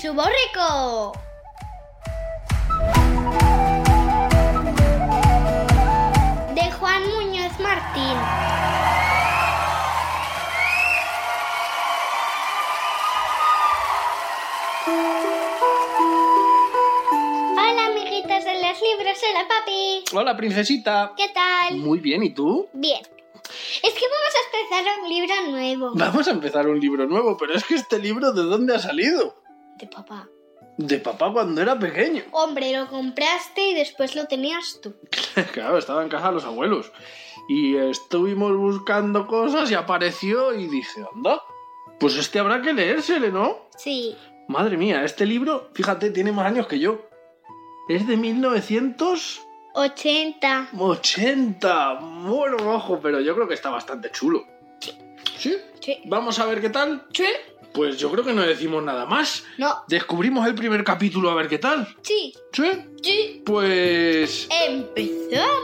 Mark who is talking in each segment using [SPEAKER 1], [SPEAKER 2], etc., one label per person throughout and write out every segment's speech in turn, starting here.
[SPEAKER 1] Chuborrico. De Juan Muñoz Martín. Hola, amiguitas de los libros. Hola, papi.
[SPEAKER 2] Hola, princesita.
[SPEAKER 1] ¿Qué tal?
[SPEAKER 2] Muy bien, ¿y tú?
[SPEAKER 1] Bien. Es que vamos a empezar un libro nuevo.
[SPEAKER 2] Vamos a empezar un libro nuevo, pero es que este libro ¿de dónde ha salido?
[SPEAKER 1] De papá.
[SPEAKER 2] De papá cuando era pequeño.
[SPEAKER 1] Hombre, lo compraste y después lo tenías tú.
[SPEAKER 2] Claro, estaba en casa de los abuelos. Y estuvimos buscando cosas y apareció y dije, anda, pues este habrá que leérsele, ¿no?
[SPEAKER 1] Sí.
[SPEAKER 2] Madre mía, este libro, fíjate, tiene más años que yo. Es de 1900...
[SPEAKER 1] 80.
[SPEAKER 2] 80, bueno, ojo, pero yo creo que está bastante chulo. ¿Sí?
[SPEAKER 1] Sí.
[SPEAKER 2] Vamos a ver qué tal. Pues yo creo que no decimos nada más.
[SPEAKER 1] No.
[SPEAKER 2] Descubrimos el primer capítulo a ver qué tal.
[SPEAKER 1] Sí.
[SPEAKER 2] ¿Sí?
[SPEAKER 1] Sí.
[SPEAKER 2] Pues...
[SPEAKER 1] ¡Empezamos!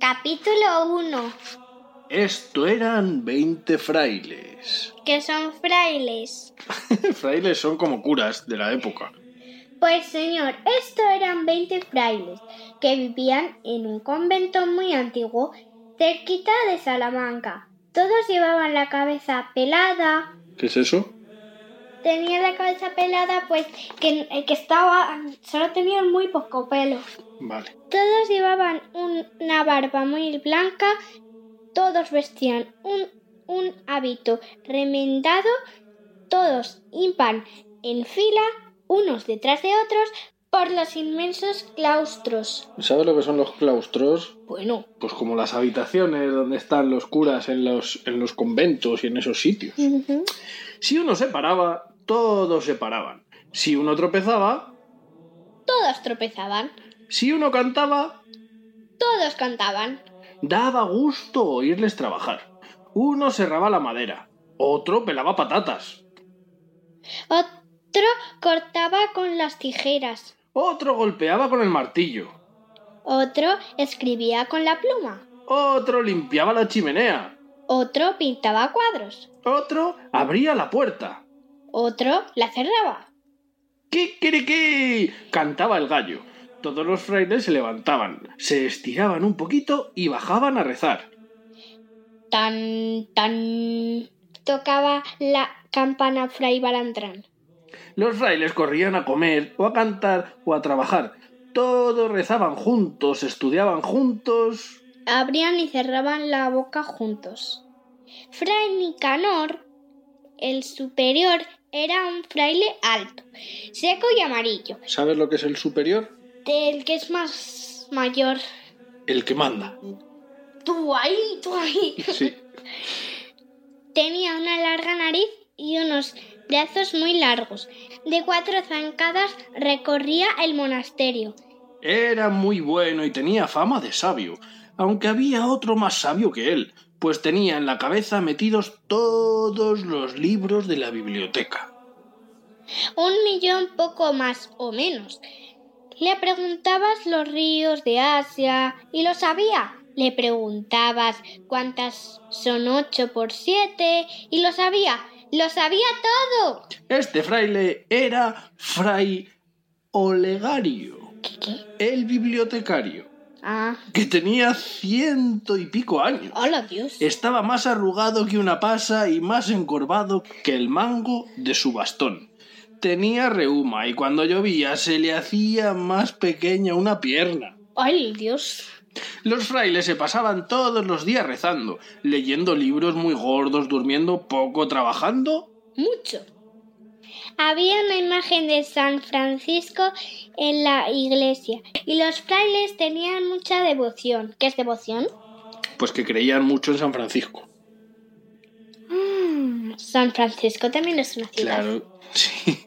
[SPEAKER 1] Capítulo 1.
[SPEAKER 2] Esto eran 20 frailes.
[SPEAKER 1] Que son frailes.
[SPEAKER 2] frailes son como curas de la época.
[SPEAKER 1] Pues señor, esto eran 20 frailes que vivían en un convento muy antiguo cerquita de Salamanca. Todos llevaban la cabeza pelada.
[SPEAKER 2] ¿Qué es eso?
[SPEAKER 1] Tenían la cabeza pelada pues que, que estaba... solo tenían muy poco pelo.
[SPEAKER 2] Vale.
[SPEAKER 1] Todos llevaban un- una barba muy blanca, todos vestían un, un hábito remendado, todos impan en fila, unos detrás de otros, por los inmensos claustros.
[SPEAKER 2] ¿Sabes lo que son los claustros?
[SPEAKER 1] Bueno,
[SPEAKER 2] Pues como las habitaciones donde están los curas en los, en los conventos y en esos sitios.
[SPEAKER 1] ujú,
[SPEAKER 2] Si uno se paraba, todos se paraban. Si uno tropezaba,
[SPEAKER 1] todos tropezaban,
[SPEAKER 2] si uno cantaba,
[SPEAKER 1] todos cantaban,
[SPEAKER 2] daba gusto oírles trabajar. Uno cerraba la madera, otro pelaba patatas,
[SPEAKER 1] otro cortaba con las tijeras,
[SPEAKER 2] otro golpeaba con el martillo,
[SPEAKER 1] otro escribía con la pluma,
[SPEAKER 2] otro limpiaba la chimenea,
[SPEAKER 1] otro pintaba cuadros,
[SPEAKER 2] otro abría la puerta.
[SPEAKER 1] otro la cerraba.
[SPEAKER 2] ¡Kikiriki! cantaba el gallo. Todos los frailes se levantaban, se estiraban un poquito y bajaban a rezar.
[SPEAKER 1] Tan, tan. Tocaba la campana Fray Balandrán.
[SPEAKER 2] Los frailes corrían a comer o a cantar o a trabajar. Todos rezaban juntos, estudiaban juntos.
[SPEAKER 1] Abrían y cerraban la boca juntos. Fray Nicanor, el superior, era un fraile alto, seco y amarillo,
[SPEAKER 2] ¿Sabes lo que es el superior?
[SPEAKER 1] del que es más mayor.
[SPEAKER 2] El que manda.
[SPEAKER 1] Tú ahí, tú ahí.
[SPEAKER 2] Sí.
[SPEAKER 1] Tenía una larga nariz y unos brazos muy largos. De cuatro zancadas recorría el monasterio.
[SPEAKER 2] Era muy bueno y tenía fama de sabio, aunque había otro más sabio que él, pues tenía en la cabeza metidos todos los libros de la biblioteca.
[SPEAKER 1] un millón poco más o menos. Le preguntabas los ríos de Asia y lo sabía. Le preguntabas cuántas son ocho por siete y lo sabía. Lo sabía todo.
[SPEAKER 2] Este fraile era Fray Olegario,
[SPEAKER 1] ¿Qué? qué?
[SPEAKER 2] el bibliotecario,
[SPEAKER 1] Ah,
[SPEAKER 2] que tenía ciento y pico años.
[SPEAKER 1] hola Dios.
[SPEAKER 2] Estaba más arrugado que una pasa y más encorvado que el mango de su bastón. Tenía reuma y cuando llovía se le hacía más pequeña una pierna.
[SPEAKER 1] Ay Dios.
[SPEAKER 2] Los frailes se pasaban todos los días rezando, leyendo libros muy gordos, durmiendo poco, trabajando.
[SPEAKER 1] Mucho. Había una imagen de San Francisco en la iglesia y los frailes tenían mucha devoción. ¿Qué es devoción?
[SPEAKER 2] Pues que creían mucho en San Francisco.
[SPEAKER 1] Mm, San Francisco también es una ciudad.
[SPEAKER 2] Claro, sí.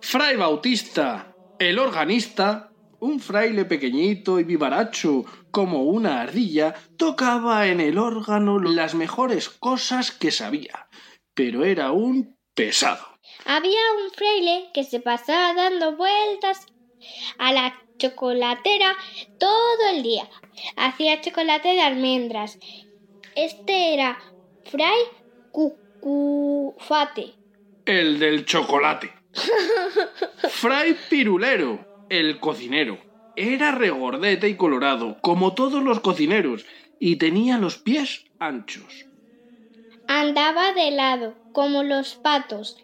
[SPEAKER 2] Fray Bautista, el organista, un fraile pequeñito y vivaracho, como una ardilla, tocaba en el órgano las mejores cosas que sabía, pero era un pesado.
[SPEAKER 1] Había un fraile que se pasaba dando vueltas a la chocolatera todo el día. Hacía chocolate de almendras Este era Fray Cucufate.
[SPEAKER 2] el del chocolate. Fray Pirulero, el cocinero. Era regordete y colorado, como todos los cocineros, y tenía los pies anchos.
[SPEAKER 1] Andaba de lado, como los patos,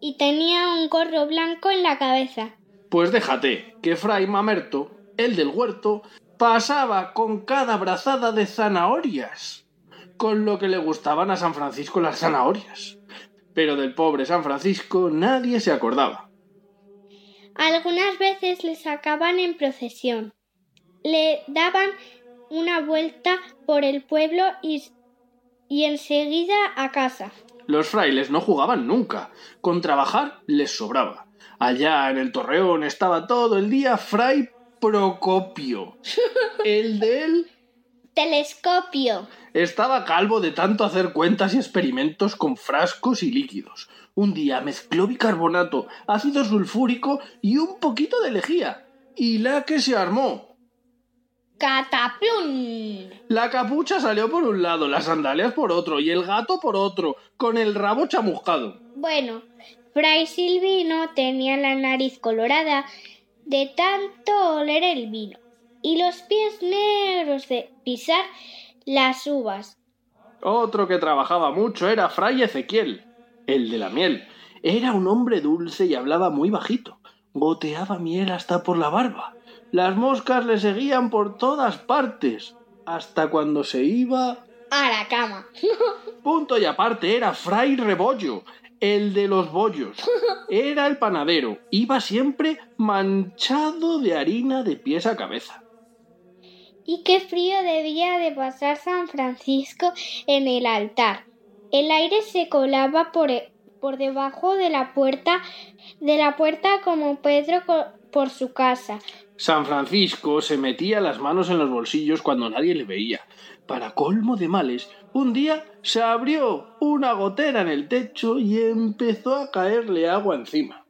[SPEAKER 1] y tenía un gorro blanco en la cabeza.
[SPEAKER 2] Pues déjate que Fray Mamerto, el del huerto, pasaba con cada brazada de zanahorias, con lo que le gustaban a San Francisco las zanahorias. Pero del pobre San Francisco nadie se acordaba.
[SPEAKER 1] Algunas veces le sacaban en procesión. Le daban una vuelta por el pueblo y, y enseguida a casa.
[SPEAKER 2] Los frailes no jugaban nunca. Con trabajar les sobraba. Allá en el torreón estaba todo el día Fray Procopio. El de él
[SPEAKER 1] Telescopio.
[SPEAKER 2] estaba calvo de tanto hacer cuentas y experimentos con frascos y líquidos. Un día mezcló bicarbonato, ácido sulfúrico y un poquito de lejía. Y la que se armó.
[SPEAKER 1] Cataplum.
[SPEAKER 2] La capucha salió por un lado, las sandalias por otro y el gato por otro, con el rabo chamuscado.
[SPEAKER 1] Bueno, Fray Silvino tenía la nariz colorada de tanto oler el vino y los pies negros de pisar las uvas.
[SPEAKER 2] Otro que trabajaba mucho era Fray Ezequiel, el de la miel. Era un hombre dulce y hablaba muy bajito. Goteaba miel hasta por la barba. Las moscas le seguían por todas partes. Hasta cuando se iba...
[SPEAKER 1] A la cama.
[SPEAKER 2] Punto y aparte era Fray Rebollo, el de los bollos. Era el panadero. Iba siempre manchado de harina de pies a cabeza.
[SPEAKER 1] Y qué frío debía de pasar San Francisco en el altar. El aire se colaba por, e- por debajo de la puerta, de la puerta como Pedro co- por su casa.
[SPEAKER 2] San Francisco se metía las manos en los bolsillos cuando nadie le veía. Para colmo de males, un día se abrió una gotera en el techo y empezó a caerle agua encima.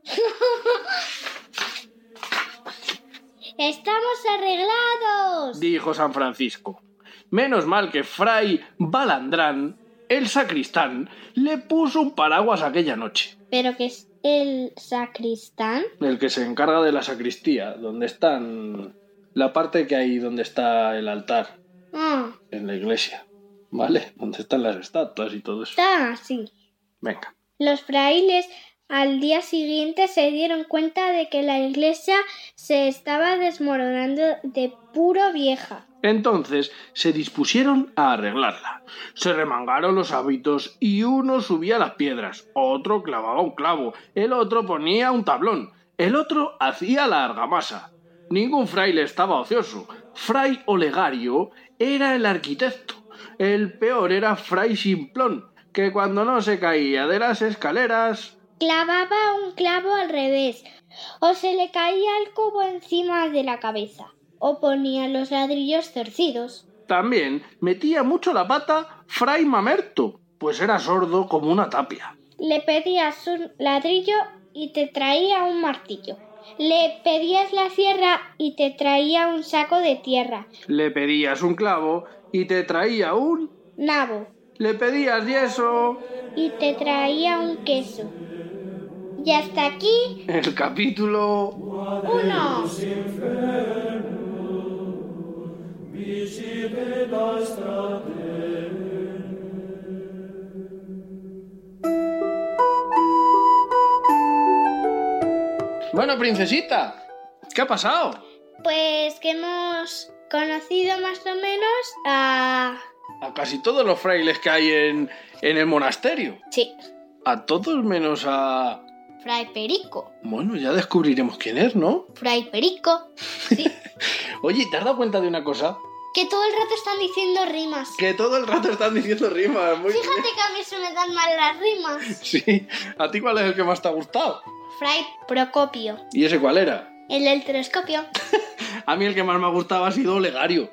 [SPEAKER 1] ¡Estamos arreglados!
[SPEAKER 2] Dijo San Francisco. Menos mal que Fray Balandrán, el sacristán, le puso un paraguas aquella noche.
[SPEAKER 1] Pero que es el sacristán.
[SPEAKER 2] El que se encarga de la sacristía, donde están... la parte que hay donde está el altar,
[SPEAKER 1] Ah,
[SPEAKER 2] en la iglesia. ¿Vale? Donde están las estatuas y todo eso.
[SPEAKER 1] está así.
[SPEAKER 2] Venga.
[SPEAKER 1] Los frailes al día siguiente se dieron cuenta de que la iglesia se estaba desmoronando de puro vieja.
[SPEAKER 2] Entonces se dispusieron a arreglarla. Se remangaron los hábitos y uno subía las piedras, otro clavaba un clavo, el otro ponía un tablón, el otro hacía la argamasa. Ningún fraile estaba ocioso. Fray Olegario era el arquitecto. El peor era Fray Simplón, que cuando no se caía de las escaleras...
[SPEAKER 1] Clavaba un clavo al revés, o se le caía el cubo encima de la cabeza, o ponía los ladrillos torcidos.
[SPEAKER 2] También metía mucho la pata Fray Mamerto, pues era sordo como una tapia.
[SPEAKER 1] Le pedías un ladrillo y te traía un martillo. Le pedías la sierra y te traía un saco de tierra.
[SPEAKER 2] Le pedías un clavo y te traía un...
[SPEAKER 1] Nabo.
[SPEAKER 2] Le pedías yeso.
[SPEAKER 1] y te traía un queso. Y hasta aquí,
[SPEAKER 2] El capítulo...
[SPEAKER 1] uno.
[SPEAKER 2] Bueno, princesita, ¿qué ha pasado?
[SPEAKER 1] Pues que hemos conocido más o menos a...
[SPEAKER 2] A casi todos los frailes que hay en, en el monasterio.
[SPEAKER 1] Sí,
[SPEAKER 2] A todos menos a...
[SPEAKER 1] Fray Perico.
[SPEAKER 2] Bueno, ya descubriremos quién es, ¿no?
[SPEAKER 1] Fray Perico. Sí.
[SPEAKER 2] Oye, ¿te has dado cuenta de una cosa?
[SPEAKER 1] que todo el rato están diciendo rimas.
[SPEAKER 2] Que todo el rato están diciendo rimas. Muy...
[SPEAKER 1] Fíjate que a mí se me dan mal las rimas.
[SPEAKER 2] Sí. ¿A ti cuál es el que más te ha gustado?
[SPEAKER 1] Fray Procopio.
[SPEAKER 2] ¿Y ese cuál era?
[SPEAKER 1] El del telescopio.
[SPEAKER 2] A mí el que más me ha gustado ha sido Olegario.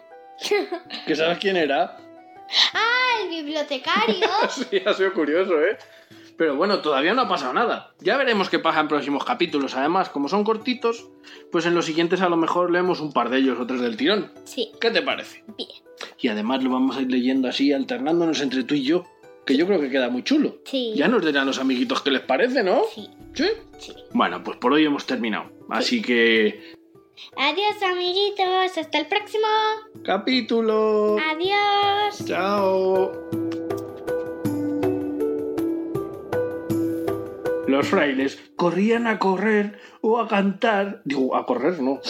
[SPEAKER 2] ¿Que sabes quién era?
[SPEAKER 1] ¡Ah, el bibliotecario!
[SPEAKER 2] Sí, ha sido curioso, ¿eh? Pero bueno, todavía no ha pasado nada. Ya veremos qué pasa en próximos capítulos. Además, como son cortitos, pues en los siguientes a lo mejor leemos un par de ellos o tres del tirón.
[SPEAKER 1] Sí,
[SPEAKER 2] ¿Qué te parece?
[SPEAKER 1] bien.
[SPEAKER 2] Y además lo vamos a ir leyendo así, alternándonos entre tú y yo, que yo creo que queda muy chulo.
[SPEAKER 1] Sí.
[SPEAKER 2] Ya nos dirán los amiguitos qué les parece, ¿no?
[SPEAKER 1] Sí,
[SPEAKER 2] ¿Sí?
[SPEAKER 1] sí.
[SPEAKER 2] Bueno, pues por hoy hemos terminado. Así que...
[SPEAKER 1] Adiós, amiguitos. Hasta el próximo.
[SPEAKER 2] Capítulo.
[SPEAKER 1] Ah. Adiós.
[SPEAKER 2] Chao. Los frailes corrían a correr o a cantar. Digo, a correr no.